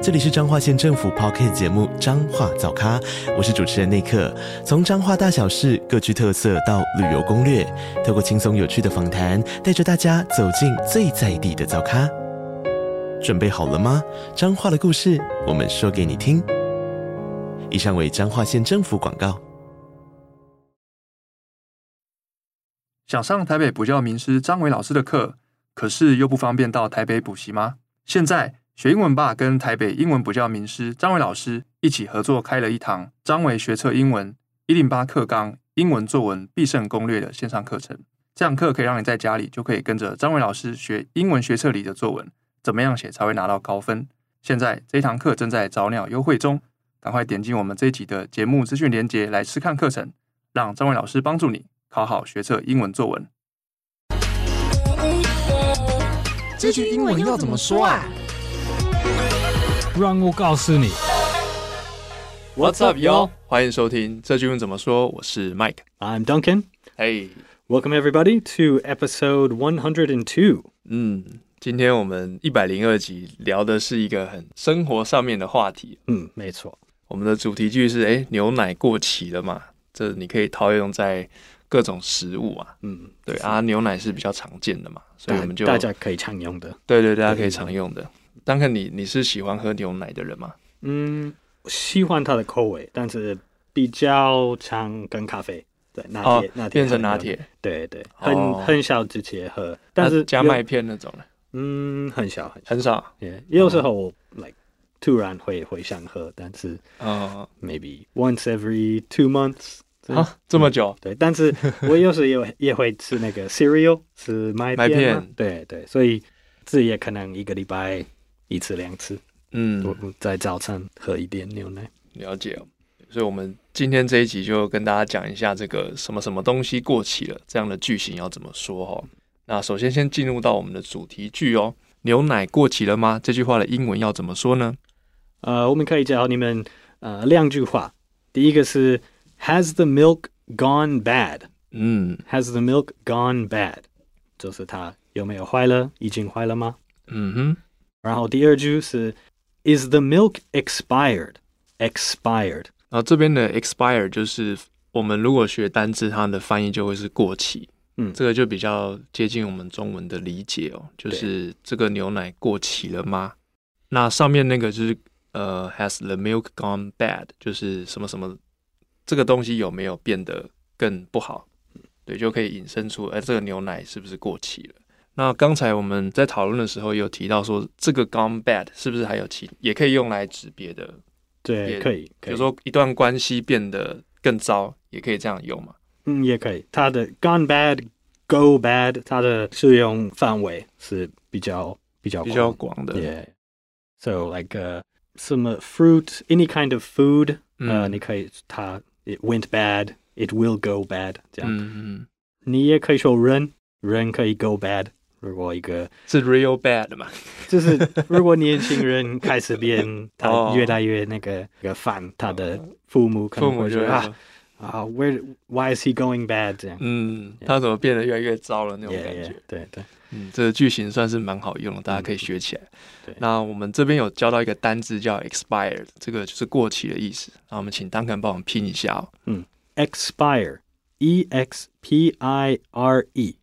这里是彰化县政府 p o c k t 节目《彰化早咖》，我是主持人内克。从彰化大小事各具特色到旅游攻略，透过轻松有趣的访谈，带着大家走进最在地的早咖。准备好了吗？彰化的故事，我们说给你听。以上为彰化县政府广告。想上台北补教名师张伟老师的课，可是又不方便到台北补习吗？现在学英文吧跟台北英文补教名师张伟老师一起合作开了一堂《张伟学测英文一零八课纲英文作文必胜攻略》的线上课程。这堂课可以让你在家里就可以跟着张伟老师学英文学测里的作文，怎么样写才会拿到高分。现在这一堂课正在早鸟优惠中，赶快点进我们这一集的节目资讯连结来试看课程，让张伟老师帮助你考好学测英文作文。这句英文要怎么说啊？让我告诉你， What's up, yo？欢迎收听这句用怎么说，我是 Mike。 I'm Duncan. 嘿， Welcome everybody to episode 102. 嗯，今天我们一百零二集聊的是一个很生活上面的话题。嗯，没错，我们的主题句是：哎，牛奶过期了嘛？这你可以套用在各种食物啊。嗯，对啊，牛奶是比较常见的嘛，所以我们就大大家可以常用的。对对，大家可以常用的。当然，你你是喜欢喝牛奶的人吗？嗯，我喜欢它的口味，但是比较常跟咖啡。对，拿哦铁，拿铁变成很拿用。铁，对对，很、哦很少直接喝，但是那加有麦，片那种呢，嗯，很少很少。很少。也有时候我 like 突然会会想喝，但是嗯， maybe once every two months 这样。啊，这么久，对，但是 我有时也会也会吃那个 cereal，吃麦麦片嘛片对对，所以这也可能一个礼拜一次两次，嗯，我我在早餐喝一点牛奶。了解哦，所以我们今天这一集就跟大家讲一下这个什么什么东西过期了这样的句型要怎么说哦。那首先先进入到我们的主题句哦，牛奶过期了吗？这句话的英文要怎么说呢？呃，我们可以教你们呃两句话，第一个是 Has the milk gone bad？嗯 Has the milk gone bad？就是它有没有坏了，已经坏了吗？嗯哼，然后第二句是 Is the milk expired？Expired，然后这边的 expire 就是我们如果学单字，它的翻译就会是过期。嗯这个就比较接近我们中文的理解哦，就是这个牛奶过期了吗？那上面那个就是呃，has the milk gone bad？就是什么什么，这个东西有没有变得更不好？对，就可以引申出，哎、这个牛奶是不是过期了？那刚才我们在讨论的时候有提到说，这个 gone bad 是不是还有其也可以用来指别的对，也可以，比可以如。说一段关系变得更糟，也可以这样用嘛。嗯，也可以。它的 gone bad、go bad，它的适用范围是比较比较比较广的， Yeah. So like uh, 什么 fruit, any kind of food，、呃，嗯你可以它 it went bad, it will go bad 这样。嗯嗯，你也可以说人，人可以 go bad。如果一个是 real bad 嘛？ 就是如果年轻人开始变，哦他越来越那个那个犯他的父母可父能母会就说会啊说，啊，where why is he going bad 这样。嗯，他怎么变得越来越糟了那种感 yeah, 觉 yeah,。对对。嗯，这个句型算是蛮好用的，大家可以学起来嗯对。那我们这边有教到一个单字叫 expired，这个就是过期的意思。那我们请 Duncan 帮我们拼一下哦。 expire, e x p i r e。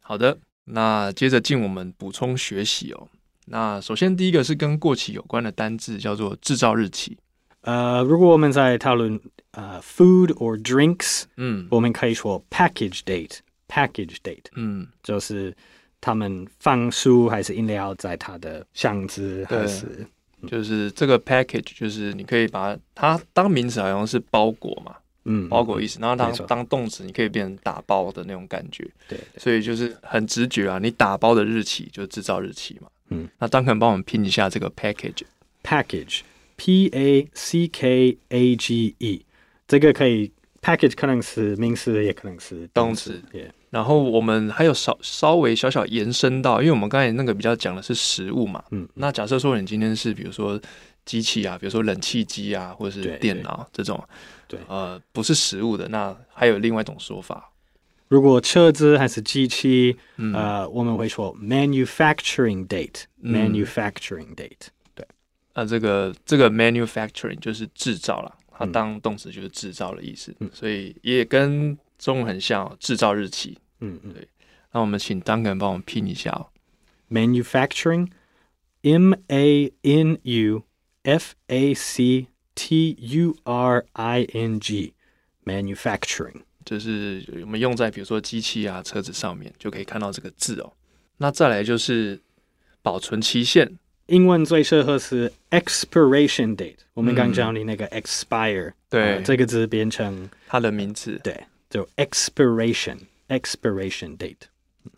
好的，那接着进我们补充学习哦。那首先第一个是跟过期有关的单字，叫做制造日期。呃，如果我们在讨论呃 food or drinks，嗯我们可以说 package date。package date 嗯，就是他们放书还是饮料在它的箱子，对还是就是这个 package，就是你可以把它它当名词，好像是包裹嘛，嗯包裹意思，然后没错当当动词，你可以变成打包的那种感觉，对所以就是很直觉啊，你打包的日期就是制造日期嘛。嗯，那当肯帮我们拼一下这个 package， package p a c k a g e 这个可以 package 可能是名词，也可能是动词词，也然后我们还有稍稍微小小延伸到，因为我们刚才那个比较讲的是食物嘛，嗯，那假设说你今天是比如说机器啊，比如说冷气机啊，或者对是电脑这种，对呃，不是食物的，那还有另外一种说法，如果车子还是机器，嗯，呃，我们会说 manufacturing date，嗯 manufacturing date。那这个这个 manufacturing 就是制造了，它当动词就是制造的意思，嗯所以也跟中文很像、哦，制造日期。嗯嗯那我们请 Duncan 帮我们拼一下、哦， manufacturing M A N U F A C T U R I N G manufacturing 就是我们用在比如说机器啊、车子上面，就可以看到这个字哦。那再来就是保存期限，英文最适合是 expiration date。我们刚教你那个 expire，、对。这个字变成对，就它的名字。 expiration expiration date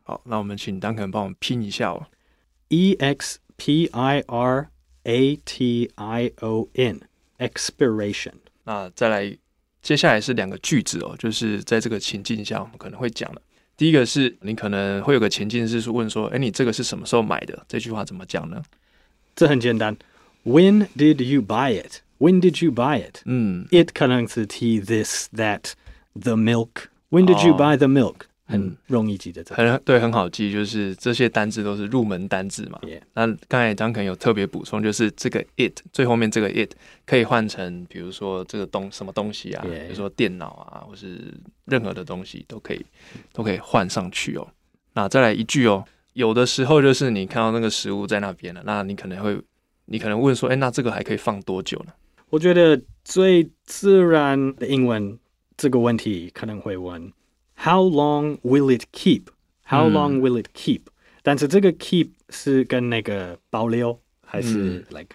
好，那我们请 Duncan 帮我们拼一下哦。 e x p i r a t i o n expiration 那再来，接下来是两个句子哦，就是在这个情境下，我们可能会讲的。第一个是你可能会有个情境是问说，哎，你这个是什么时候买的？这句话怎么讲呢？这很简单。When did you buy it? When did you buy it? 嗯， it 可能是提 this that the milk. When did you 哦。 buy the milk? 嗯。很容易记得这个。很对，很好记，就是这些单字都是入门单字嘛。 Yeah. 那刚才张肯有特别补充，就是这个 it 最后面这个 it 可以换成，比如说这个东什么东西啊， Yeah. 比如说电脑啊，或是任何的东西都可以，都可以换上去哦。那再来一句哦，有的时候就是你看到那个食物在那边了，那你可能会，你可能问说，哎，那这个还可以放多久呢？我觉得最自然的英文这个问题可能会问 How long will it keep? How 嗯。 long will it keep? 但是这个 keep 是跟那个保留还是 like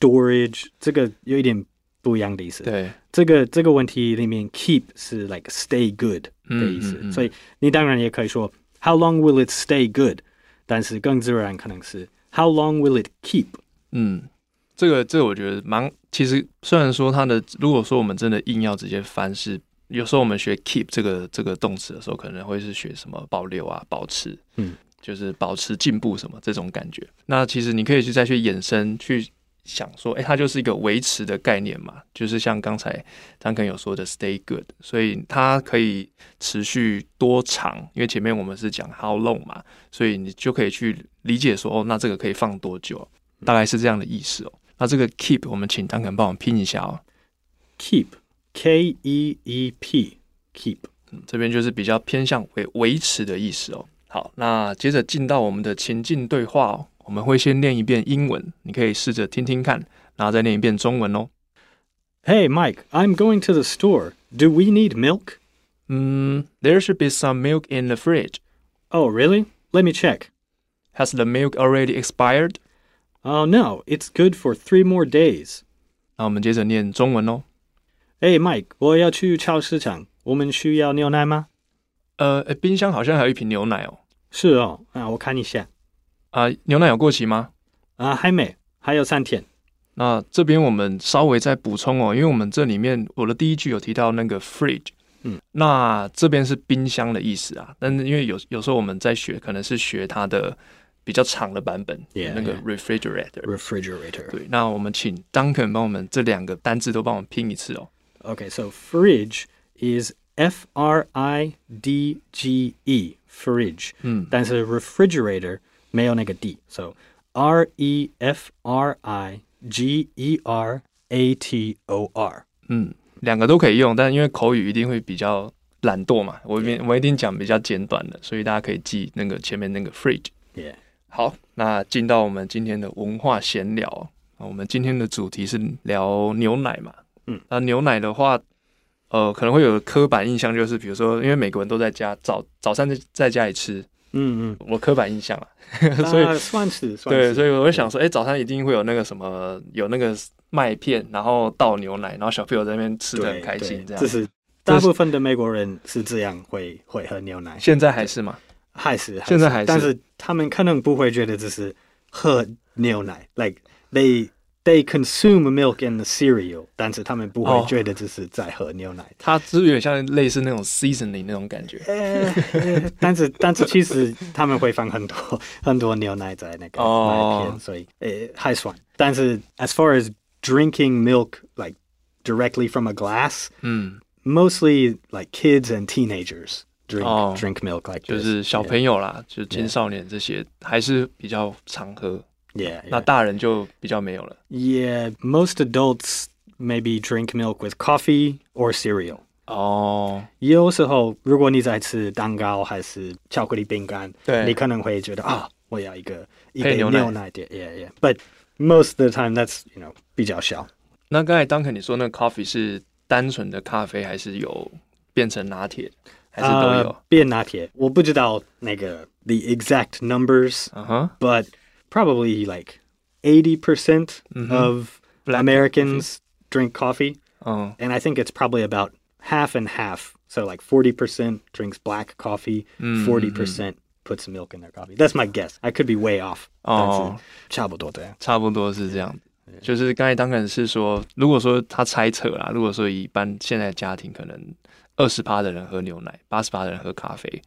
storage 这个有一点不一样的意思。对，这个这个问题里面，keep 是 like stay good 嗯的意思，嗯嗯所以你当然也可以说 How long will it stay good？但是更自然可能是 How long will it keep？嗯，这个这个我觉得蛮，其实虽然说它的，如果说我们真的硬要直接翻是，有时候我们学 keep 这个这个动词的时候，可能会是学什么保留啊、保持，嗯，就是保持进步什么这种感觉。那其实你可以去再去衍生去想说，哎，它就是一个维持的概念嘛，就是像刚才张肯有说的 stay good，所以它可以持续多长，因为前面我们是讲 how long 嘛，所以你就可以去理解说，哦，那这个可以放多久，哦大概是这样的意思哦。那这个 keep 我们请丹肯帮我们拼一下哦， keep K E E P keep 嗯这边就是比较偏向维维持的意思哦。好，那接着进到我们的情境对话哦，我们会先念一遍英文，你可以试着听听看，然后再念一遍中文哦。 Hey Mike, I'm going to the store. Do we need milk? 嗯，There should be some milk in the fridge. Oh, really? Let me check. Has the milk already expired? Oh no, it's good for three more days. 那我们接着念中文哦。 Hey Mike，我要去超市场，我们需要牛奶吗？呃，诶冰箱好像还有一瓶牛奶哦。是哦，啊，我看一下，啊、牛奶有过期吗？啊，还没，还有三天。那这边我们稍微再补充哦，因为我们这里面我的第一句有提到那个 fridge，嗯，那这边是冰箱的意思啊，但是因为有有时候我们在学，可能是学它的比较长的版本 Yeah, 那个 yeah. refrigerator。 refrigerator. 对，那我们请 Duncan 帮我们这两个单字都帮我们拼一次哦。 Okay, so fridge is F R I D G E, fridge. 嗯 That's a refrigerator, 没有那个D. So R E F R I G E R A T O R. 嗯，两个都可以用，但因为口语一定会比较懒惰嘛，我一定我一定讲比较简短的，所以大家可以记那个前面那个 fridge。 Yeah. 好，那进到我们今天的文化闲聊哦啊，我们今天的主题是聊牛奶嘛。嗯，那牛奶的话，呃，可能会有刻板印象，就是比如说，因为美国人都在家早早餐在在家里吃， 嗯嗯，我刻板印象啊， 所以、Ah, 算是对， 所以我会想说，哎、早餐一定会有那个什么，有那个麦片，然后倒牛奶，然后小朋友在那边吃的很开心，这样。这是-这是大部分的美国人是这样会会喝牛奶，还是现在还是吗？现在还是。但是他们可能不会觉得这是喝牛奶，like they they consume milk in the cereal，但是他们不哦会觉得这是在喝牛奶。它是有点像类似那种 seasoning 那种感觉。呃，呃但是 但是其实他们会放很多 很多牛奶在那个哦麦片所以呃还算。但是 as far as drinking milk like directly from a glass, 嗯， mostly like kids and teenagers drink 哦 drink milk like 就 this. 是小朋友啦，就是青少年这些还是比较常喝， yeah, 那 yeah. 大人就比较没有了。 yeah, most adults maybe drink milk with coffee or cereal. 哦，有时候，如果你在吃蛋糕还是巧克力饼干，对你可能会觉得啊，我要一个一配杯牛牛奶奶的，yeah yeah。But most of the time, that's you know 比较小。那刚才 Duncan 你说那个 coffee 是单纯的咖啡，还是有变成拿铁，还是都有呃？变拿铁，我不知道那个 the exact numbers，but 嗯哼， probably like eighty percent 嗯哼 of Black Americans drink coffee, 嗯 and I think it's probably about half and half. So like forty percent drinks black coffee, 嗯 forty percent puts milk in their coffee. That's my guess. I could be way off. 哦，差不多这样。差不多是这样。就是刚才 Duncan 是说，如果说他猜测啦，如果说一般现在家庭可能二十趴的人喝牛奶，八十趴的人喝咖啡，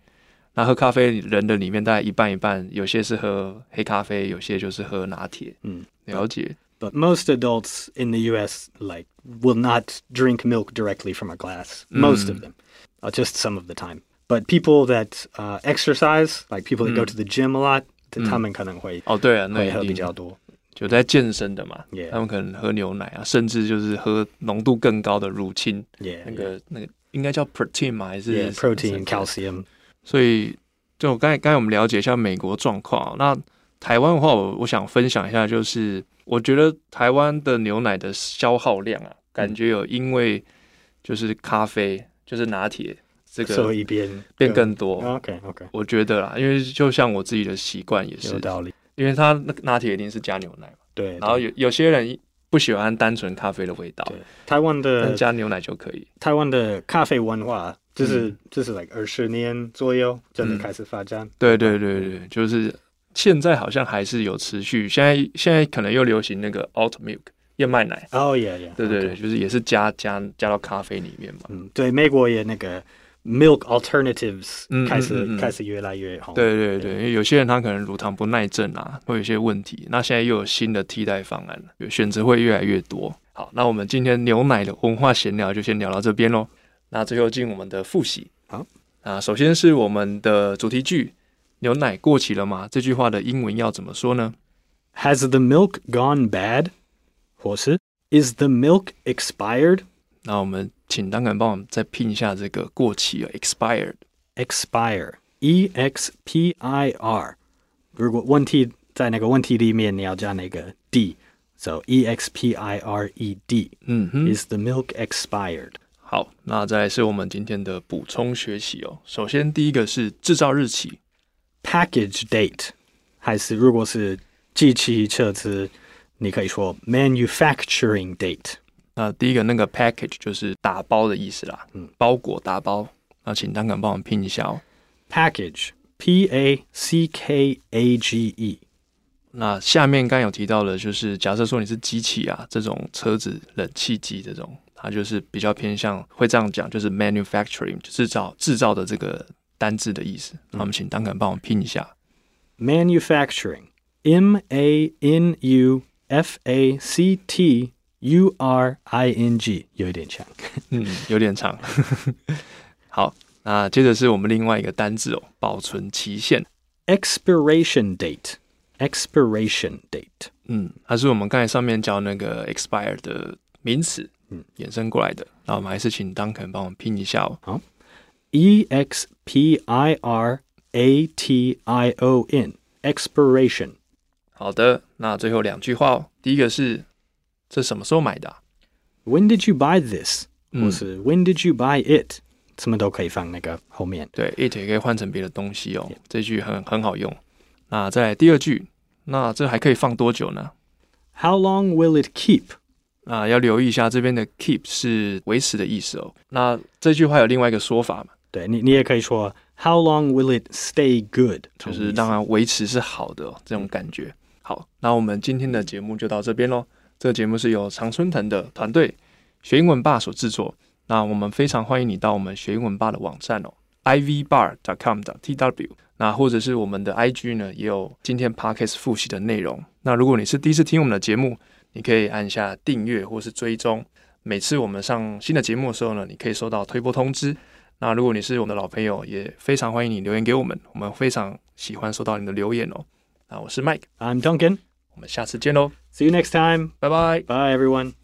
那喝咖啡人的里面大概一半一半，有些是喝黑咖啡，有些就是喝拿铁。嗯，了解。 But most adults in the U.S. like will not drink milk directly from a glass. Most of them, uh, just some of the time. But people that uh, exercise, like people that go to the gym a lot, 他们可能会-哦，对啊，那一定会喝比较多。就在健身的嘛 Yeah 他们可能喝牛奶啊，甚至就是喝浓度更高的乳清， Yeah, 那个那个应该叫 protein 嘛，还是 yeah, protein, 什么 calcium. 所以，就刚才刚才我们了解一下美国状况。那台湾的话，我我想分享一下，就是啊我觉得台湾的牛奶的消耗量啊，感觉有因为就是咖啡，就是拿铁这个所以变-变更多。 Okay, okay. 我觉得啦，因为就像我自己的习惯也是，因为它那个拿铁一定是加牛奶嘛，有道理。对，然后有有些人不喜欢单纯咖啡的味道，但对。台湾的-加牛奶就可以。台湾的咖啡文化，就是-就是 like 20年左右，真的开始发展。对对对对，就是现在好像还是有持续，现在现在可能又流行那个 oat milk 燕麦奶， Oh, yeah, yeah. 对对对，就是也是加加加到咖啡里面嘛。嗯，对，美国也那个 milk alternatives 嗯开始、嗯嗯嗯开始越来越红。对对对，因为有些人他可能乳糖不耐症啊，会有一些问题，那现在又有新的替代方案了，选择会越来越多。好，那我们今天牛奶的文化闲聊就先聊到这边喽。那最后进我们的复习，好，啊，首先是我们的主题句“牛奶过期了吗”这句话的英文要怎么说呢？ ，Has the milk gone bad？或是 Is the milk expired？那我们请当敢帮我们再拼一下这个过期了 expired。 expire e x p i r。如果问题在那个问题里面，你要加那个 d，so e x p i r e d。嗯哼， Is the milk expired？好，那再来是我们今天的补充学习哦。首先第一个是制造日期， package date，还是如果是机器车子，你可以说 manufacturing date。那第一个那个 package 就是打包的意思啦，嗯，包裹打包。那请当敢帮我们拼一下哦。 package p a c k a g e 那下面刚有提到的，就是假设说你是机器啊，这种车子冷气机这种，它就是比较偏向会这样讲，就是 manufacturing 制造制造的这个单字的意思。那我们请当敢帮我们拼一下。 manufacturing m a n u f a c t u r i n g 有一点长。嗯，有点长。 好，那接着是我们另外一个单字哦，保存期限。 expiration date expiration date 嗯，它是我们刚才上面教那个 expire 的名词，嗯，衍生过来的。那我们还是请 Duncan 帮我们拼一下哦。 e x p i r a t i o n expiration 好的，那最后两句话哦。第一个是这什么时候买的啊、 when did you buy this 嗯。或是 when did you buy it 什么都可以放那个后面。对，it 也可以换成别的东西哦。这句很很好用。那再来第二句，那这还可以放多久呢？ How long will it keep？啊，要留意一下这边的 keep 是维持的意思哦。那这句话有另外一个说法嘛？对你，你也可以说 How long will it stay good？就是让它维持是好的、哦、这种感觉。好，那我们今天的节目就到这边喽。这个节目是由常春藤的团队学英文吧所制作。那我们非常欢迎你到我们学英文吧的网站哦，ivbar.com.tw。那或者是我们的 IG 呢，也有今天 podcast 复习的内容。那如果你是第一次听我们的节目，你可以按下订阅或是追踪。每次我们上新的节目的时候呢，你可以收到推播通知。那如果你是我们的老朋友，也非常欢迎你留言给我们，我们非常喜欢收到你的留言哦。那我是 Mike， I'm Duncan. 我们下次见喽， See you next time. 拜拜。 Bye, everyone.